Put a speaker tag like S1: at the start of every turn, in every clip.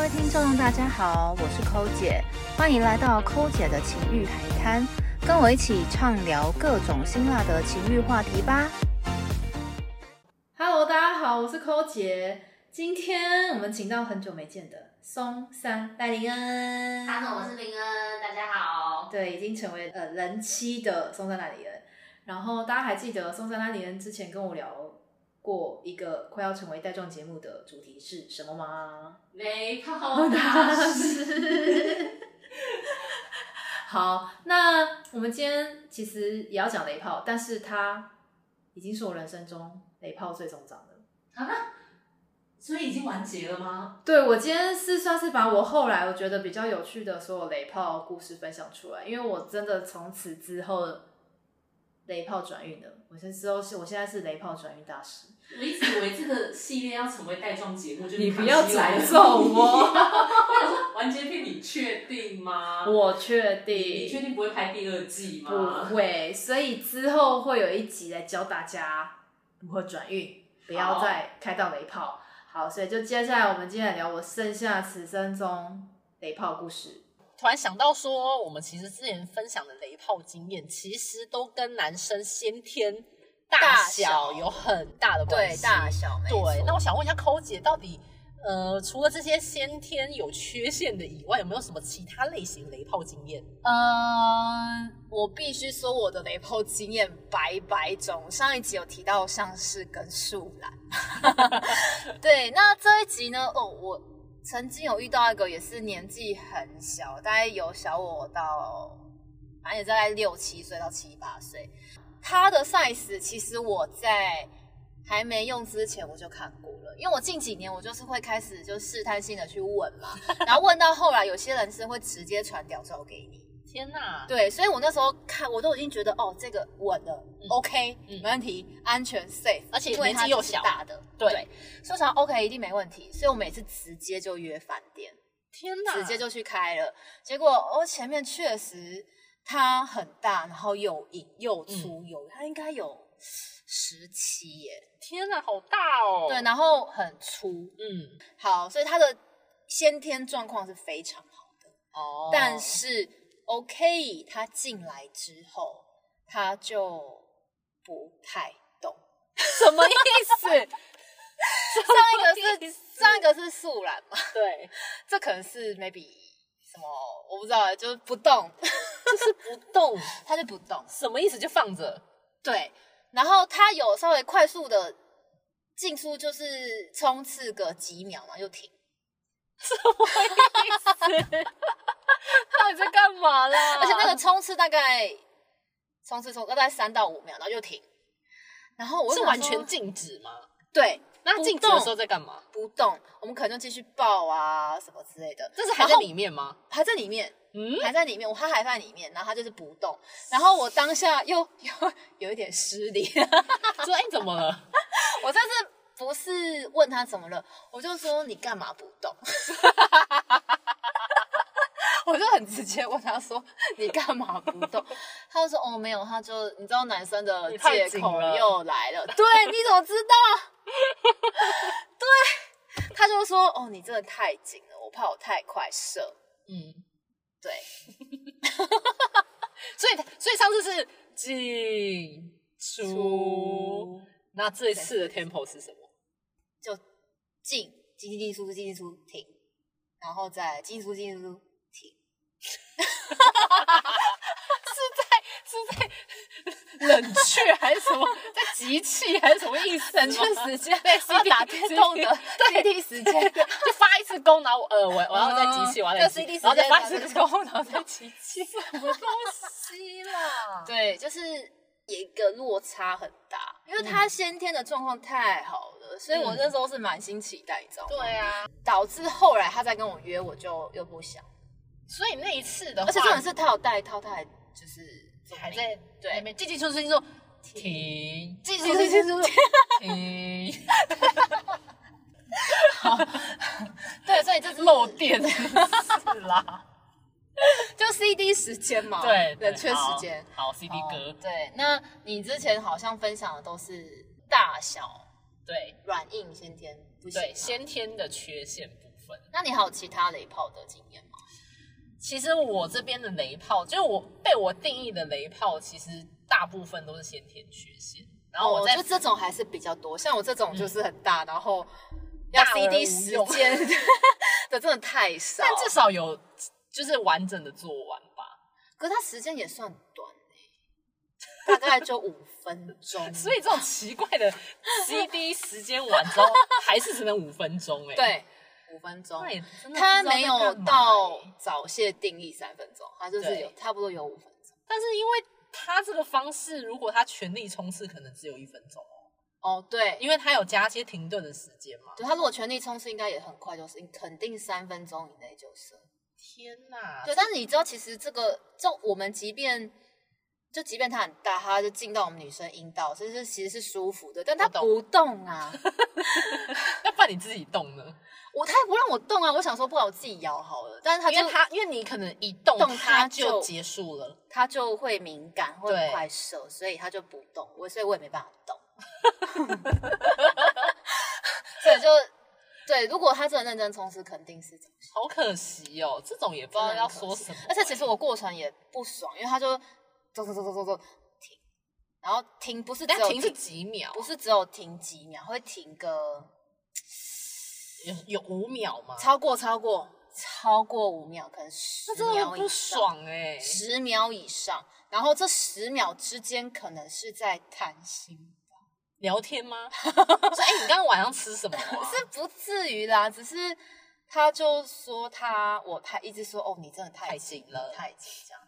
S1: 位听众，大家好，我是抠姐，欢迎来到抠姐的情欲海滩，跟我一起畅聊各种辛辣的情欲话题吧。
S2: Hello，大家好，我是抠姐。今天我们请到很久没见的松山戴林恩，
S3: 哈喽，我是林恩，大家好。
S2: 对，已经成为呃人妻的松山戴林恩。然后大家还记得松山戴林恩之前跟我聊过一个快要成为带状节目的主题是什么 吗？
S3: 雷炮大师，
S2: 好，那我们今天其实也要讲雷炮，但是它已经是我人生中雷炮最终章的。
S3: 所以已经完结了吗？
S2: 对我今天是算是把我后来我觉得比较有趣的所有雷炮故事分享出来，因为我真的从此之后雷炮转运的，我现在之后是我现在是雷炮转运大师。
S3: 我一直以为这个系列要成为带状节目，就
S2: 你
S3: 是
S2: 不
S3: 康熙
S2: 要
S3: 来
S2: 诅
S3: 了
S2: 咒我
S3: 我想说完结篇，你确定吗？
S2: 我确
S3: 你确
S2: 定
S3: 定不会拍第二季吗？
S2: 不会，所以之后会有一集来教大家如何转运，不要
S3: 好
S2: 再开到雷炮。好，所以就接下来我们今天来聊我剩下此生中雷炮故事。
S4: 突然想到说，我们其实之前分享的雷炮经验，其实都跟男生先天大小有很大的关
S1: 对
S4: 系。
S1: 大小没
S4: 对，
S1: 错
S4: 那我想问一下抠姐，到底呃，除了这些先天有缺陷的以外，有没有什么其他类型雷炮经验？
S5: 嗯，我必须说我的雷炮经验百百种。上一集有提到像是跟树懒，对，那这一集呢？哦，我曾经有遇到一个也是年纪很小，大概有小我到，反正也大概六七岁到七八岁。他的 size 其实我在还没用之前我就看过了，因为我近几年我就是会开始就试探性的去问嘛，然后问到后来，有些人是会直接传屌照给你。
S4: 天哪！
S5: 对，所以我那时候看，我都已经觉得哦，这个稳了、
S4: 嗯
S5: o k
S4: 嗯
S5: 没问题，安全 safe，
S4: 而且
S5: 因为
S4: 年纪
S5: 它
S4: 又
S5: 是
S4: 小
S5: 大的，
S4: 对
S5: 所以我想 OK 一定没问题，所以我每次直接就约饭店，
S4: 天哪！
S5: 直接就去开了。结果哦，前面确实它很大，然后又硬又粗
S4: 嗯
S5: 又，它应该有十七耶，
S4: 天哪，好大哦！
S5: 对，然后很粗，
S4: 嗯，
S5: 好，所以它的先天状况是非常好的。
S4: 哦，
S5: 但是 OK，他进来之后，他就不太 懂什么意思。上一个是上一个是素兰嘛，
S4: 对，
S5: 这可能是 maybe 什么我不知道，就是不动，
S4: 就是不动，
S5: 他就不动。
S4: 什么意思？就放着。
S5: 对，然后他有稍微快速的进出，就是冲刺个几秒嘛，又停。
S4: 到底在干嘛啦
S5: 而且那个冲刺大概冲刺冲大概三到五秒，然后就停。 然后我
S4: 是
S5: 就想
S4: 完
S5: 说
S4: 全静止吗？
S5: 对，
S4: 那
S5: 不
S4: 静止的
S5: 动
S4: 时候在干嘛？
S5: 不动，我们可能就继续抱啊什么之类的。
S4: 但是还在
S5: 然后
S4: 里面吗？
S5: 还在里面，
S4: 嗯，
S5: 还在里面，我他还在里面，然后他就是不动。然后我当下又又有一点失礼，
S4: 说哎、你怎么了？
S5: 我这次不是问他怎么了，我就说你干嘛不动？ 我就很直接问他说：“你干嘛不动？” 他就说：“哦，没有，他就你知道男生的
S4: 你太
S5: 借
S4: 紧
S5: 口
S4: 了
S5: 又来了。对，你怎么知道？对，他就说：哦，你真的太紧了，我怕我太快射。
S4: 嗯，
S5: 对，
S4: 所以所以上次是进出
S5: 出，
S4: 那这一次的 tempo 是什么？
S5: 就进进进进出出进进出停，然后再进出进出停。”
S4: 冷却还是什么？在集气还是什么意思吗？
S5: 冷却时间， 对
S4: 要打
S5: 打
S4: 电
S5: 电
S4: 动
S5: 动
S4: 的
S5: 的 CD 时间，
S4: 就发一次功，然后我呃我我要再集气，
S5: 嗯
S4: 我
S5: 就
S4: 要再集
S5: CD 时间
S4: 气，然后再发一次功，然后再集气。
S5: 西啦。 对，就是一个落差很大，因为他先天的状况太好了，所以我那时候是满心期待，你知道吗？
S4: 对啊，
S5: 导致后来他再跟我约，我就又不想，
S4: 所以那一次的话，
S5: 而且重点是他有带套，他还就是
S4: 还在那
S5: 对，
S4: 边进进出出进出停
S5: 进出进出进出，
S4: 停，
S5: 对，所以这是
S4: 漏电是啦，
S5: 就 CD 时间嘛，
S4: 对，对
S5: 冷却时间。，
S4: 好好 CD
S5: 哦
S4: 哥，
S5: 对，那你之前好像分享的都是大小
S4: 对。
S5: 软硬先天不行吗，
S4: 对先天的缺陷部分。分。
S5: 那你还有其他雷炮的经验吗？
S4: 其实我这边的雷炮，就是我被我定义的雷炮，其实大部分都是先天缺陷。然后我
S5: 我
S4: 在
S5: 觉得哦这种还是比较多，像我这种就是很大，然后要
S4: 大而
S5: CD
S4: 无
S5: 时
S4: 用
S5: 间的真的太少。
S4: 但至少有就是完整的做完吧。
S5: 可是它时间也算短、欸、大概就五分钟。
S4: 所以这种奇怪的 CD 时间完之后，还是只能五分钟哎、，
S5: 对五分钟
S4: 那，也真的
S5: 它
S4: 不知道在
S5: 没有
S4: 干嘛
S5: 到
S4: 欸
S5: 早泄定义三分钟，它就是
S4: 对
S5: 有差不多有五分钟。
S4: 但是因为他这个方式，如果他全力冲刺，可能只有一分钟哦，
S5: 哦，对，
S4: 因为他有加一些停顿的时间嘛。
S5: 对他如果全力冲刺，应该也很快就射，肯定三分钟以内就射。
S4: 天哪！
S5: 对，但是你知道，其实这个就我们即便就即便它很大，它就进到我们女生阴道，这是其实是舒服的，但它
S4: 我懂
S5: 不动啊，
S4: 要不然你自己动呢？
S5: 我它也不让我动啊，我想说不然我自己摇好了，但是它
S4: 因
S5: 就
S4: 为他，因为你可能一动，
S5: 动它
S4: 它
S5: 就
S4: 就结束了。
S5: 它就会敏感，会很
S4: 对
S5: 快射，所以它就不动，我所以我也没办法动， 所以就对，如果他真的认真冲刺，肯定是这样。
S4: 好可惜哦，这种也不知道要说什么。欸
S5: 而且其实我过程也不爽，因为他就走走走走走走停，然后停不是只
S4: 但
S5: 有
S4: 停是几秒？
S5: 不是只有停几秒，会停个
S4: 有有五秒吗？
S5: 超过超过超过五秒，可能十
S4: 那真的
S5: 秒
S4: 很
S5: 以
S4: 不
S5: 上，
S4: 爽哎、
S5: 十秒以上。然后这十秒之间，可能是在谈心，
S4: 聊 天吗？说哎、你刚刚晚上吃什么、啊？
S5: 是不至于啦，只是他就说他我他一直说哦，你真的太
S4: 太
S5: 紧
S4: 紧了
S5: 太紧这样。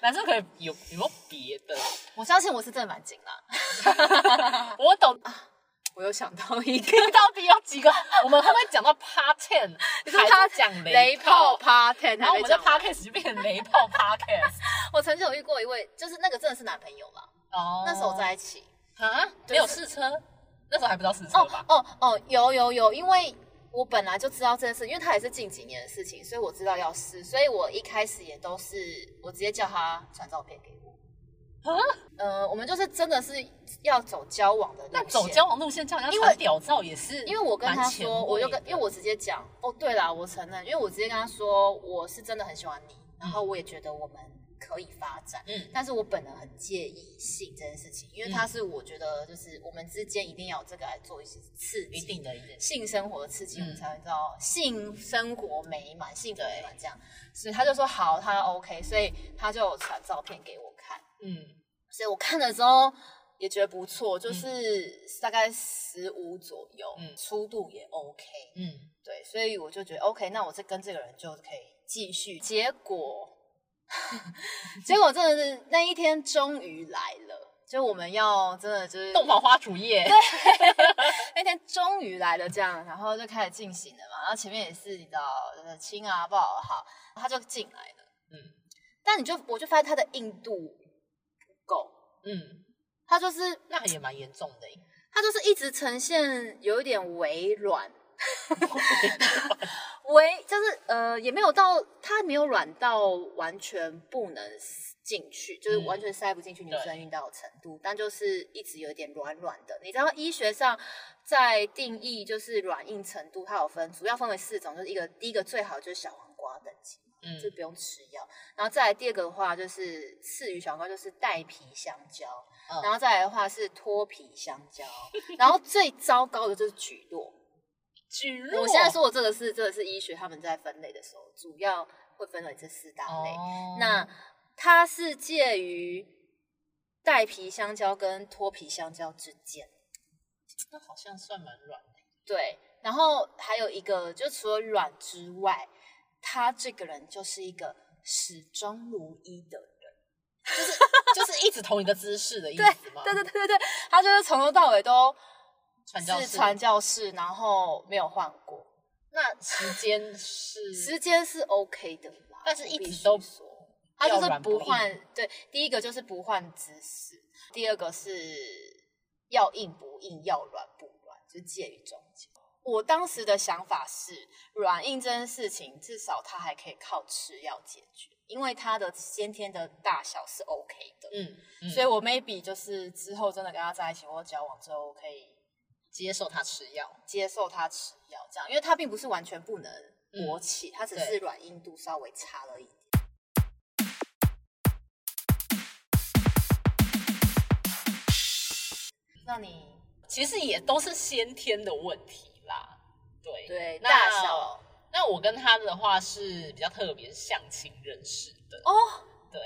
S4: 男生可以有有没有别的？
S5: 我相信我是真的蛮紧啦，
S4: 我懂，
S5: 我有想到一个。
S4: 到底有 几个？我们会不会讲到 Part Ten？
S5: 说
S4: 还在讲
S5: 雷炮
S4: 炮？
S5: party，
S4: 然后我们的
S5: 的
S4: podcast 就变成雷炮 podcast
S5: 我曾经有遇过一位，就是那个真的是男朋友啦，
S4: 哦
S5: 那时候在一起。
S4: 啊没有试车，那时候还不知道试车
S5: 哦
S4: 吧？
S5: 哦哦，有有有，因为我本来就知道这件事，因为他也是近几年的事情，所以我知道要试，所以我一开始也都是我直接叫他传照片给我。
S4: 啊
S5: 呃，我们就是真的是要走交往的路
S4: 那
S5: 线，
S4: 走交往路线，这样要
S5: 因为
S4: 传屌照也是，
S5: 因为我跟他说，我就跟，因为我直接讲，哦，对啦，我承认，因为我直接跟他说，我是真的很喜欢你，然后我也觉得我们可以发展，
S4: 嗯
S5: 但是我本人很介意性这件事情，因为它是我觉得就是我们之间一定要有这个来做一些刺激，
S4: 一定的一定。
S5: 性生活的刺激，我们
S4: 嗯
S5: 才会知道性生活美满，幸福美满这样，所以他就说好，他 OK，所以他就有传照片给我看，
S4: 嗯，
S5: 所以我看的时候也觉得不错，就是大概十五左右，
S4: 嗯
S5: 粗度也 OK，
S4: 嗯，
S5: 对，所以我就觉得 OK，那我这跟这个人就可以继续。结果， 结果真的是那一天终于来了，就我们要真的就是
S4: 洞房花烛夜，
S5: 那天终于来了，这样，然后就开始进行了嘛。然后前面也是你知道，呃亲啊抱啊好，他就进来了，嗯
S4: 嗯。
S5: 但你就我就发现他的硬度不够，
S4: 嗯，
S5: 他就是
S4: 那也蛮严重的耶。
S5: 他就是一直呈现有一点微 软，微就是呃也没有到他没有软到完全不能进去，就是
S4: 嗯
S5: 完全塞不进去女生运到的程度，但就是一直有一点软软的。你知道医学上在定义就是软硬程度，它有分，主要分为四种，就是一个第一个最好就是小黄瓜等级。
S4: 嗯
S5: 就不用吃药。然后再来第二个的话，就是刺鱼小黄瓜，就是带皮香蕉，
S4: 嗯
S5: 然后再来的话是脱皮香蕉，然后最糟糕的就是菊络。
S4: 举弱
S5: 我现在说我这个是这个是医学他们在分类的时候，主要会分为这四大类。
S4: 哦
S5: 那它是介于带皮香蕉跟脱皮香蕉之间，
S4: 那好像算蛮软的。
S5: 对。然后还有一个，就除了软之外，他这个人就是一个始终如一的人。
S4: 就是一直同一个姿势的意
S5: 对
S4: 思吗？
S5: 对对对对对，他就是从头到尾都
S4: 传教
S5: 是
S4: 士
S5: 传教士，然后没有换过，
S4: 那时间是
S5: 时间是 OK 的啦，
S4: 但是一
S5: 我必
S4: 直
S5: 须
S4: 都
S5: 说他就
S4: 要
S5: 是
S4: 软
S5: 不
S4: 不硬
S5: 换，对，第一个就是不换姿势，第二个是要硬不硬，要软不软，就介于中间。我当时的想法是，软硬这件事情至少他还可以靠吃药解决，因为他的先天的大小是 OK 的，
S4: 嗯，嗯
S5: 所以我 maybe 就是之后真的跟他在一起或交往之后，我可以
S4: 接受他吃药。
S5: 接受他吃药这样，因为他并不是完全不能勃起，他只是
S4: 嗯对
S5: 软硬度稍微差了一点。那你
S4: 其实也都是先天的问题啦。对
S5: 对
S4: 那
S5: 大小
S4: 那我跟他的话是比较特别，相亲认识的。
S5: 哦，
S4: 对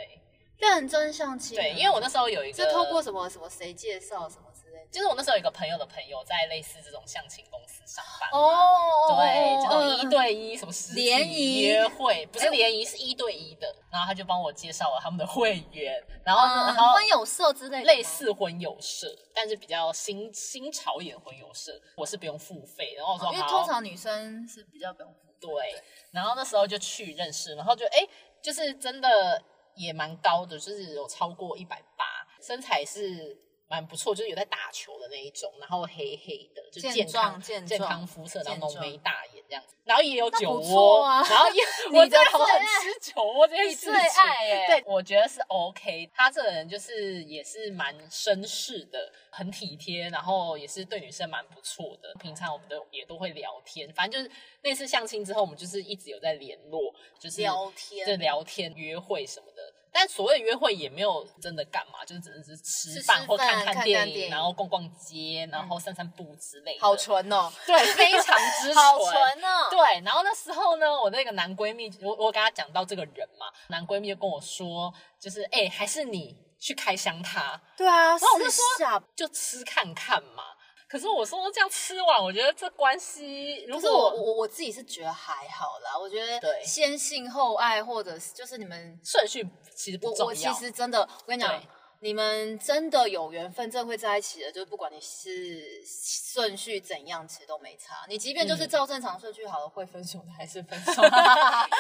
S5: 认真相亲啊，
S4: 对，因为呃我那时候有一个，
S5: 是透过什么什么谁介绍什么之类的
S4: 就是我那时候有一个朋友的朋友在类似这种相亲公司上班。
S5: 哦
S4: 对，这种一对一什么实体
S5: 联谊
S4: 约会，不
S5: 哎
S4: 是联谊，是一对一的。然后他就帮我介绍了他们的会员，然后呢、
S5: 嗯
S4: 然后
S5: 婚友社之类的吗
S4: 类似婚友社，但是比较新新潮一点的婚友社，我是不用付费。然后我哦说好，
S5: 哦因为通常女生是比较不用付
S4: 对，然后那时候就去认识，然后就哎，就是真的也蛮高的，就是有超过一百八，身材是蛮不错，就是有在打球的那一种，然后黑黑的，就
S5: 健
S4: 健康
S5: 壮健
S4: 健
S5: 壮
S4: 康肤色，然
S5: 健
S4: 后浓
S5: 壮
S4: 眉大眼这样子，然后也有
S5: 那
S4: 酒
S5: 不错
S4: 窝，
S5: 啊
S4: 然 后也
S5: 你
S4: 我
S5: 的
S4: 真的
S5: 最
S4: 很
S5: 爱
S4: 吃酒窝这件
S5: 你
S4: 事
S5: 最
S4: 情，
S5: 爱耶
S4: 对，我觉得是 OK。他这个人就是也是蛮绅士的，很体贴，然后也是对女生蛮不错的。平常我们都也都会聊天，反正就是那次相亲之后，我们就是一直有在联络，就是
S5: 聊天
S4: 就聊天、约会什么的。但所谓的约会也没有真的干嘛，就是只能是吃
S5: 吃
S4: 饭
S5: 吃
S4: 或看
S5: 饭看
S4: 电
S5: 看
S4: 影，
S5: 电影嗯
S4: 然后逛逛街，然后散散步之类的。
S5: 好纯哦，
S4: 对，非常 之
S5: 好纯哦，
S4: 对，然后那时候呢，我那个男闺蜜，我我跟他讲到这个人嘛，男闺蜜就跟我说，就是哎、欸还是你去开箱他，
S5: 对啊，
S4: 后我就
S5: 试
S4: 说
S5: 下
S4: 就吃看看嘛。可是我说这样吃完，我觉得这关系如
S5: 可是我
S4: 果
S5: 我我自己是觉得还好啦，我觉得
S4: 对
S5: 先性后爱，或者是就是你们，
S4: 顺序其实
S5: 我
S4: 不重要，
S5: 我其实真的，我跟你讲
S4: 对，
S5: 你们真的有缘分，真的会在一起的，就是不管你是顺序怎样，其实都没差。你即便
S4: 嗯
S5: 就是照正常顺序好了，会分手的还是分 手，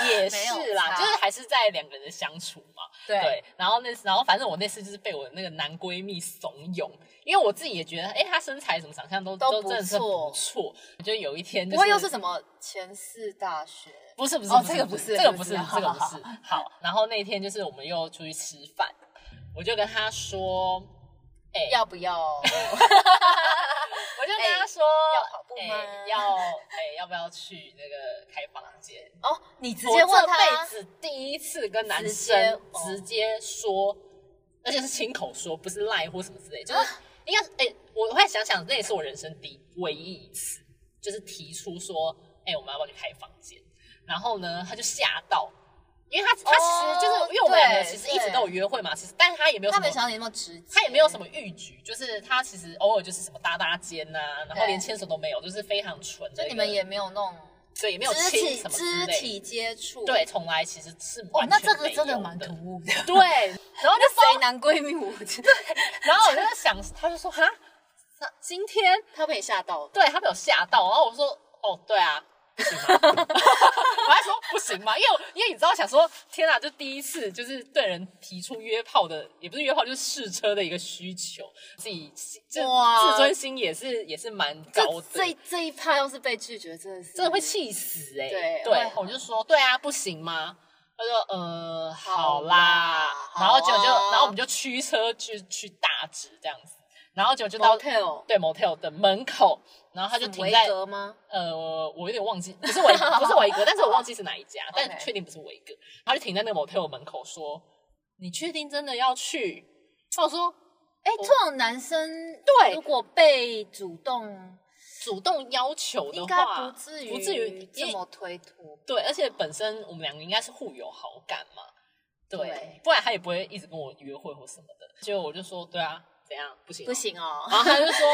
S4: 也
S5: 没有
S4: 是啦，
S5: 差
S4: 就是还是在两个人的相处嘛。
S5: 对
S4: 对，然后那然后反正我那次就是被我那个男闺蜜怂恿，因为我自己也觉得，哎，他身材什么长相都
S5: 都
S4: 都真的是
S5: 不错
S4: 不错。就有一天、
S5: 不
S4: 就是，
S5: 会又是什么前四大学，
S4: 不是不是
S5: 哦
S4: 不
S5: 这个不是
S4: 这个
S5: 不
S4: 不
S5: 是
S4: 是
S5: 好
S4: 这个不
S5: 好
S4: 是。好，然后那天就是我们又出去吃饭，我就跟他说，哎、
S5: 要不 要？
S4: 我就跟他说，
S5: 要跑步吗
S4: 哎要哎、要不要去那个开房间？
S5: 哦，你直
S4: 我
S5: 接问他啊
S4: 这辈，子第一次跟男
S5: 直接
S4: 生
S5: 哦
S4: 直接说，而且是亲口说，不是赖或什么之类，
S5: 啊
S4: 就是应该是哎、我后来想想，那也是我人生第一唯一一次，就是提出说，哎、我们要不要去开房间？然后呢，他就吓到，因为他他其实就是、
S5: 哦
S4: 因为我们两个
S5: 对
S4: 其实一直都有约会嘛，其实但是他也没有什
S5: 他
S4: 么
S5: 没想到你那么直接，
S4: 他也没有什么欲举，就是他其实偶尔就是什么搭搭肩呐、啊然后
S5: 对
S4: 连牵手都没有，就是非常纯的
S5: 就
S4: 一个。
S5: 你们也没有那种
S4: 对，也没有
S5: 肢
S4: 亲
S5: 体
S4: 什么之
S5: 肢
S4: 类的
S5: 体接触，
S4: 对，从来其实是
S5: 哦，
S4: 完
S5: 那
S4: 全
S5: 这个
S4: 没
S5: 真的
S4: 有
S5: 蛮
S4: 的
S5: 突兀的。
S4: 对，然后就
S5: 那谁男闺蜜？我 觉得
S4: 然后我就在想，他就说哈，那今天
S5: 他被吓到了。
S4: 对他被我吓到，然后我说哦，对啊， 不行吗？我还说不行吗？因为我因为你知道，想说天啊，就第一次就是对人提出约炮的，也不是约炮，就是试车的一个需求，自己就
S5: 哇
S4: 自尊心也是也是蛮
S5: 这
S4: 高的。
S5: 这这一趴要是被拒绝，真的是
S4: 真的会气死哎、
S5: 欸对会
S4: 我就说对啊，不行吗？他说呃，好
S5: 好啦
S4: 啦，
S5: 好啊
S4: 然后结果就，然后我们就驱车去去大直这样子，然后结果就到
S5: motel
S4: 对 motel 的门口，然后他就
S5: 哦很
S4: 停
S5: 维
S4: 在
S5: 格吗？
S4: 呃，我有点忘记，不是 维不是维格，但是我忘记是哪一家，但
S5: OK
S4: 确定不是维格，他就停在那个 motel 门口说：“你确定真的要去？”我说
S5: 哎，
S4: 我
S5: 这种男生
S4: 对
S5: 如果被主动，
S4: 主动要求的
S5: 应该
S4: 话，
S5: 不至于
S4: 不至于
S5: 这么推脱。
S4: 对，而且本身我们两个应该是互有好感嘛，对，
S5: 对
S4: 不然他也不会一直跟我约会或什么的。结果我就说，对啊，怎样不行、
S5: 不。行哦
S4: 然后他就说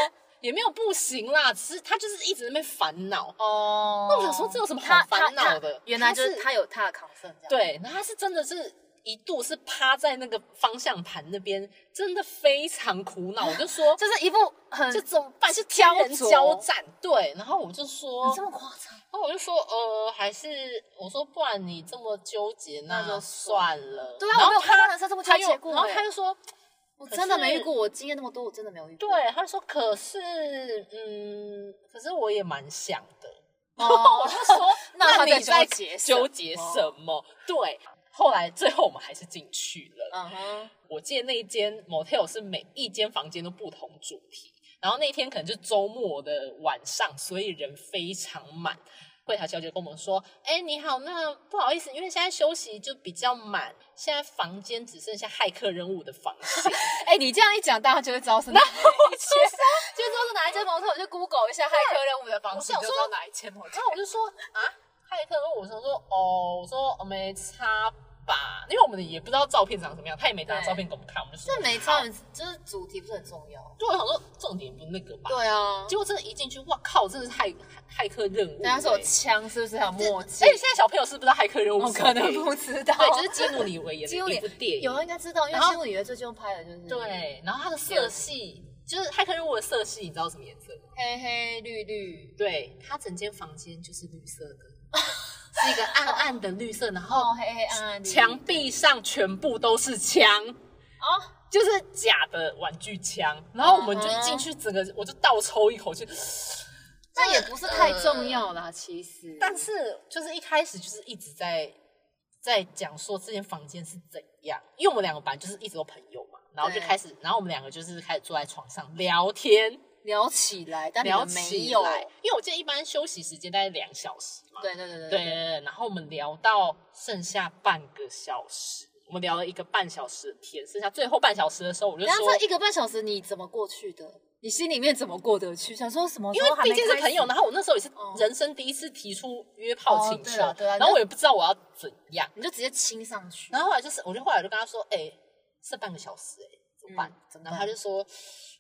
S4: 也没有不行啦，只是他就是一直在那边烦恼。
S5: 哦
S4: 那我想说这有什么好烦恼的
S5: 他他原来就是
S4: 他是
S5: 他有他的 concern，这样。
S4: 对，那他是真的是一度是趴在那个方向盘那边，真的非常苦恼。我就 说
S5: 就是一副很
S4: 这
S5: 你
S4: 怎么办？是
S5: 焦
S4: 天人
S5: 灼
S4: 交战，对。然后我就说，
S5: 这么夸张，
S4: 然后我就说，呃，还是我说，不然你这么纠结，
S5: 那就
S4: 算了。
S5: 对啊
S4: 然
S5: 我
S4: 后
S5: 没有看过
S4: 他
S5: 男生这么纠
S4: 他
S5: 结
S4: 又，
S5: 过
S4: 然后
S5: 欸
S4: 他就说，
S5: 我
S4: 可
S5: 真的没遇
S4: 是
S5: 过，我经验那么多，我真的没有遇过。
S4: 对，他就说，可是，嗯，可是我也蛮想的。
S5: 哦，，
S4: 我就说
S5: 那他在
S4: 你在
S5: 纠结什
S4: 纠结
S5: 么
S4: 什么？对。后来最后我们还是进去了。
S5: 嗯哼，
S4: 我记得那一间 motel 是每一间房间都不同主题，然后那天可能就是周末的晚上，所以人非常满。柜台小姐跟我们说：“哎，你好，那不好意思，因为现在休息就比较满，现在房间只剩下骇客任务的房型。
S5: 哎、你这样一讲，大家就会知道是哪一间， 就知道是哪一间模特，我就 Google 一下骇客任务的方式，
S4: 我想
S5: 就
S4: 说
S5: 知道哪一间模特。
S4: 那我 就说啊，骇客任务，我想说哦，我说我没差吧，因为我们也不知道照片长什么样，他也没拿
S5: 对
S4: 照片给我们看，我们就说
S5: 这没
S4: 好
S5: 差，就是主题不是很重要。
S4: 就我想说重点不是那个吧。
S5: 对啊，
S4: 结果真的一进去，哇靠！真的是骇骇骇客任务、
S5: 大家说有
S4: 哎
S5: 枪啊是不是？还有墨
S4: 而
S5: 镜
S4: 且？现在小朋友是不知道骇客任务
S5: 我
S4: 是什
S5: 哦可
S4: 么欸
S5: 能不知道，
S4: 对，就是基努里维演
S5: 基努
S4: 的
S5: 里
S4: 一部电影。
S5: 有人应该知道，因为
S4: 然后
S5: 西部里面最近拍的就是
S4: 对，然后它的色系就是骇客任务的色系，你知道什么颜色吗？
S5: 黑黑绿绿，
S4: 对，它整间房间就是绿色的， 是一个暗暗的绿色，然后
S5: 哦黑黑暗暗绿绿
S4: 墙壁上全部都是枪。
S5: 哦，
S4: 就是假的玩具枪，然后我们就一进去，整个我就倒抽一口气。
S5: 这也不是太重要啦，其实。
S4: 但是就是一开始就是一直在在讲说这间房间是怎样，因为我们两个本来就是一直都朋友嘛，然后就
S5: 对
S4: 开始，然后我们两个就是开始坐在床上聊天，
S5: 聊起来，但你
S4: 聊
S5: 们
S4: 起
S5: 没有。
S4: 来，因为我记得一般休息时间大概两小时嘛，
S5: 对对对对
S4: 对对对，对然后我们聊到剩下半个小时，我们聊了一个半小时的天，剩下最后半小时的时候，我就
S5: 然后
S4: 说
S5: 这一个半小时你怎么过去的？你心里面怎么过得去？想说什么时
S4: 因
S5: 候
S4: 为
S5: 还没开
S4: 毕
S5: 始？
S4: 竟是朋友，然后我那时候也是
S5: 哦
S4: 人生第一次提出约炮
S5: 哦
S4: 请
S5: 对
S4: 求，
S5: 啊对啊
S4: 然后
S5: 那
S4: 我也不知道我要怎样，
S5: 你就直接亲上去。
S4: 然后后来就是，我就后来就跟他说，哎、剩半个小时、哎，怎么办？
S5: 嗯怎么
S4: 然
S5: 办
S4: 后他就说，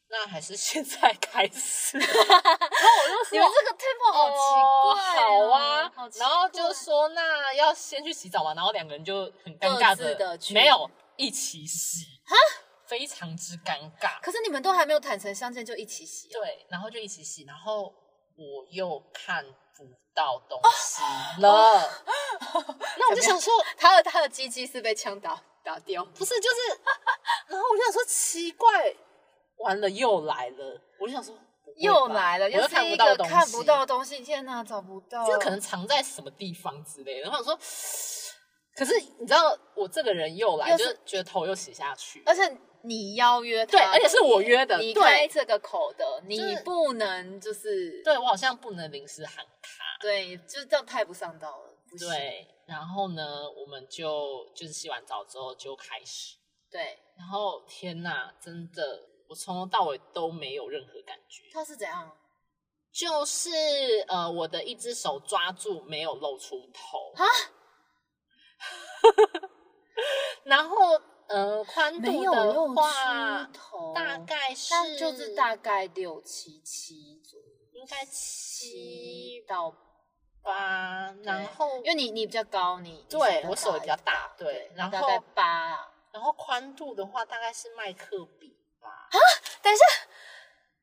S4: 那还是现在开始。然后我就说，
S5: 你们这个 tempo 好奇怪哦、
S4: 哦哦好啊
S5: 好奇怪
S4: 然后就说，那要先去洗澡嘛。然后两个人就很尴尬
S5: 各自地
S4: 的
S5: 去
S4: 没有一起洗，哈，非常之尴尬。
S5: 可是你们都还没有坦诚相见就一起洗哦、
S4: 对，然后就一起洗，然后我又看不到东
S5: 哦
S4: 西了。那我就想说，
S5: 他的他的鸡鸡是被枪打打掉，
S4: 不是，就是，然后我就想说奇怪，完了又来了，我就想说不会吧
S5: 又来了，
S4: 我又
S5: 又是
S4: 看
S5: 一
S4: 不到
S5: 个
S4: 东西，
S5: 看不到的东西，天哪，找不到，
S4: 就是可能藏在什么地方之类的。然后我想说，可是你知道我这个人又来，
S5: 又呃
S4: 就是是觉得头又洗下去，
S5: 而且你邀约他，
S4: 对，而且是我约的，
S5: 你开
S4: 对，
S5: 这个口的，
S4: 就
S5: 你
S4: 是
S5: 不能就是
S4: 对我好像不能临时喊卡，
S5: 对，就是这样太不上道了，不行。
S4: 对。然后呢，我们就就是洗完澡之后就开始，
S5: 对，
S4: 然后天呐，真的，我从头到尾都没有任何感觉。
S5: 他是怎样？
S4: 就是呃，我的一只手抓住没有露出头
S5: 啊，
S4: 然后呃，宽度的话，
S5: 头
S4: 大概是
S5: 但就是大概六七七左右，
S4: 应该七
S5: 到，
S4: 八，
S5: 对
S4: 然后
S5: 因为你你比较高，你你
S4: 对
S5: 比
S4: 我手也比较
S5: 一点
S4: 大，对，然
S5: 大概
S4: 后
S5: 八啊。
S4: 然后宽度的话大概是麦克笔吧，
S5: 等一下，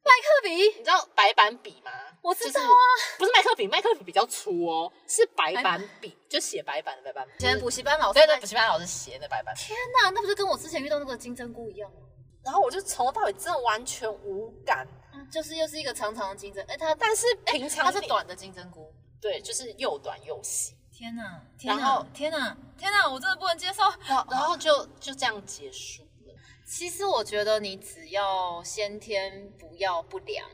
S5: 麦克
S4: 你
S5: 笔，
S4: 知道白板笔吗？
S5: 我
S4: 就
S5: 知
S4: 是
S5: 道啊。
S4: 不是麦克笔，麦克笔比较粗哦，是白
S5: 白
S4: 板笔，就写白板的白板笔。
S5: 以前补习班老师
S4: 对
S5: 在
S4: 对，补习班老师写的白板笔。
S5: 天哪，那不就跟我之前遇到那个金针菇一样吗？
S4: 然后我就从头到尾真的完全无感。
S5: 嗯，就是又是一个长长的金针，哎，它
S4: 但是平常
S5: 它哎是
S4: 你
S5: 短的金针菇。
S4: 对，就是又短又细，
S5: 天哪！
S4: 天哪
S5: 天哪！天
S4: 啊
S5: 哪！我真的不能接受。
S4: 然后然后就就这样结束了。
S5: 其实我觉得你只要先天不要不良，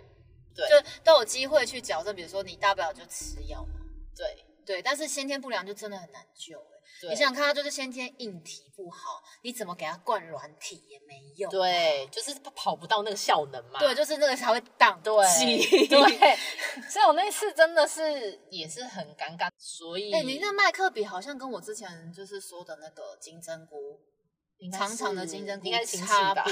S4: 对
S5: 就都有机会去矫正。比如说你大不了就吃药嘛，
S4: 对
S5: 对。但是先天不良就真的很难救、欸。
S4: 对，
S5: 你想想看，他就是先天硬体不好，你怎么给他灌软体也没用。
S4: 对，就是跑不到那个效能嘛。
S5: 对，就是那个才会挡
S4: 对对，所以我那次真的是也是很尴尬，所以
S5: 哎、你那麦克笔好像跟我之前就是说的那个金针菇，
S4: 应该
S5: 长
S4: 是
S5: 长的金针菇
S4: 应该是亲戚
S5: 差
S4: 吧
S5: 不，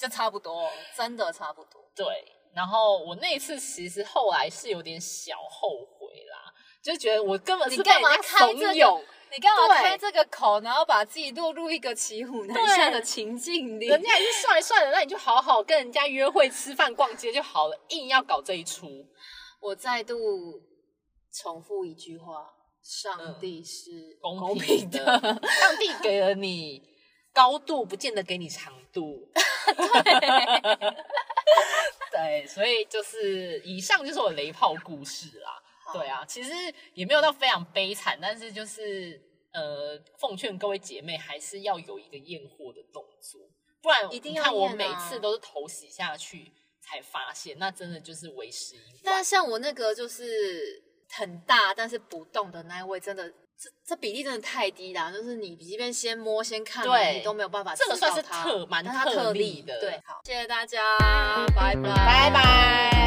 S5: 就差不多，真的差不多。
S4: 对。然后我那一次其实后来是有点小后悔啦，就觉得我根本
S5: 你
S4: 是被
S5: 干
S4: 人
S5: 嘛
S4: 家
S5: 开
S4: 怂
S5: 这个
S4: 恿，
S5: 你干嘛
S4: 对
S5: 开这个口，然后把自己落入一个骑虎难下的情境里？
S4: 人家已经算一算了，那你就好好跟人家约会、吃饭、逛街就好了，硬要搞这一出。
S5: 我再度重复一句话：上帝是
S4: 公
S5: 平
S4: 平的，上帝 给了你高度，不见得给你长 度。对，所以就是以上就是我雷炮故事啦。对啊，其实也没有到非常悲惨，但是就是呃，奉劝各位姐妹还是要有一个验货的动作，不然
S5: 一定
S4: 你
S5: 要
S4: 看我
S5: 验啊
S4: 每次都是头洗下去才发现，那真的就是为时已晚。
S5: 但像 我那个就是很大但是不动的那一位，真的这这比例真的太低啦。就是你即便先摸先看了，
S4: 对
S5: 你都没有办法
S4: 这个
S5: 知道
S4: 算是
S5: 它
S4: 特蛮
S5: 但它
S4: 特
S5: 特
S4: 例的
S5: 对，好，谢谢大家，拜拜，拜
S4: 拜拜。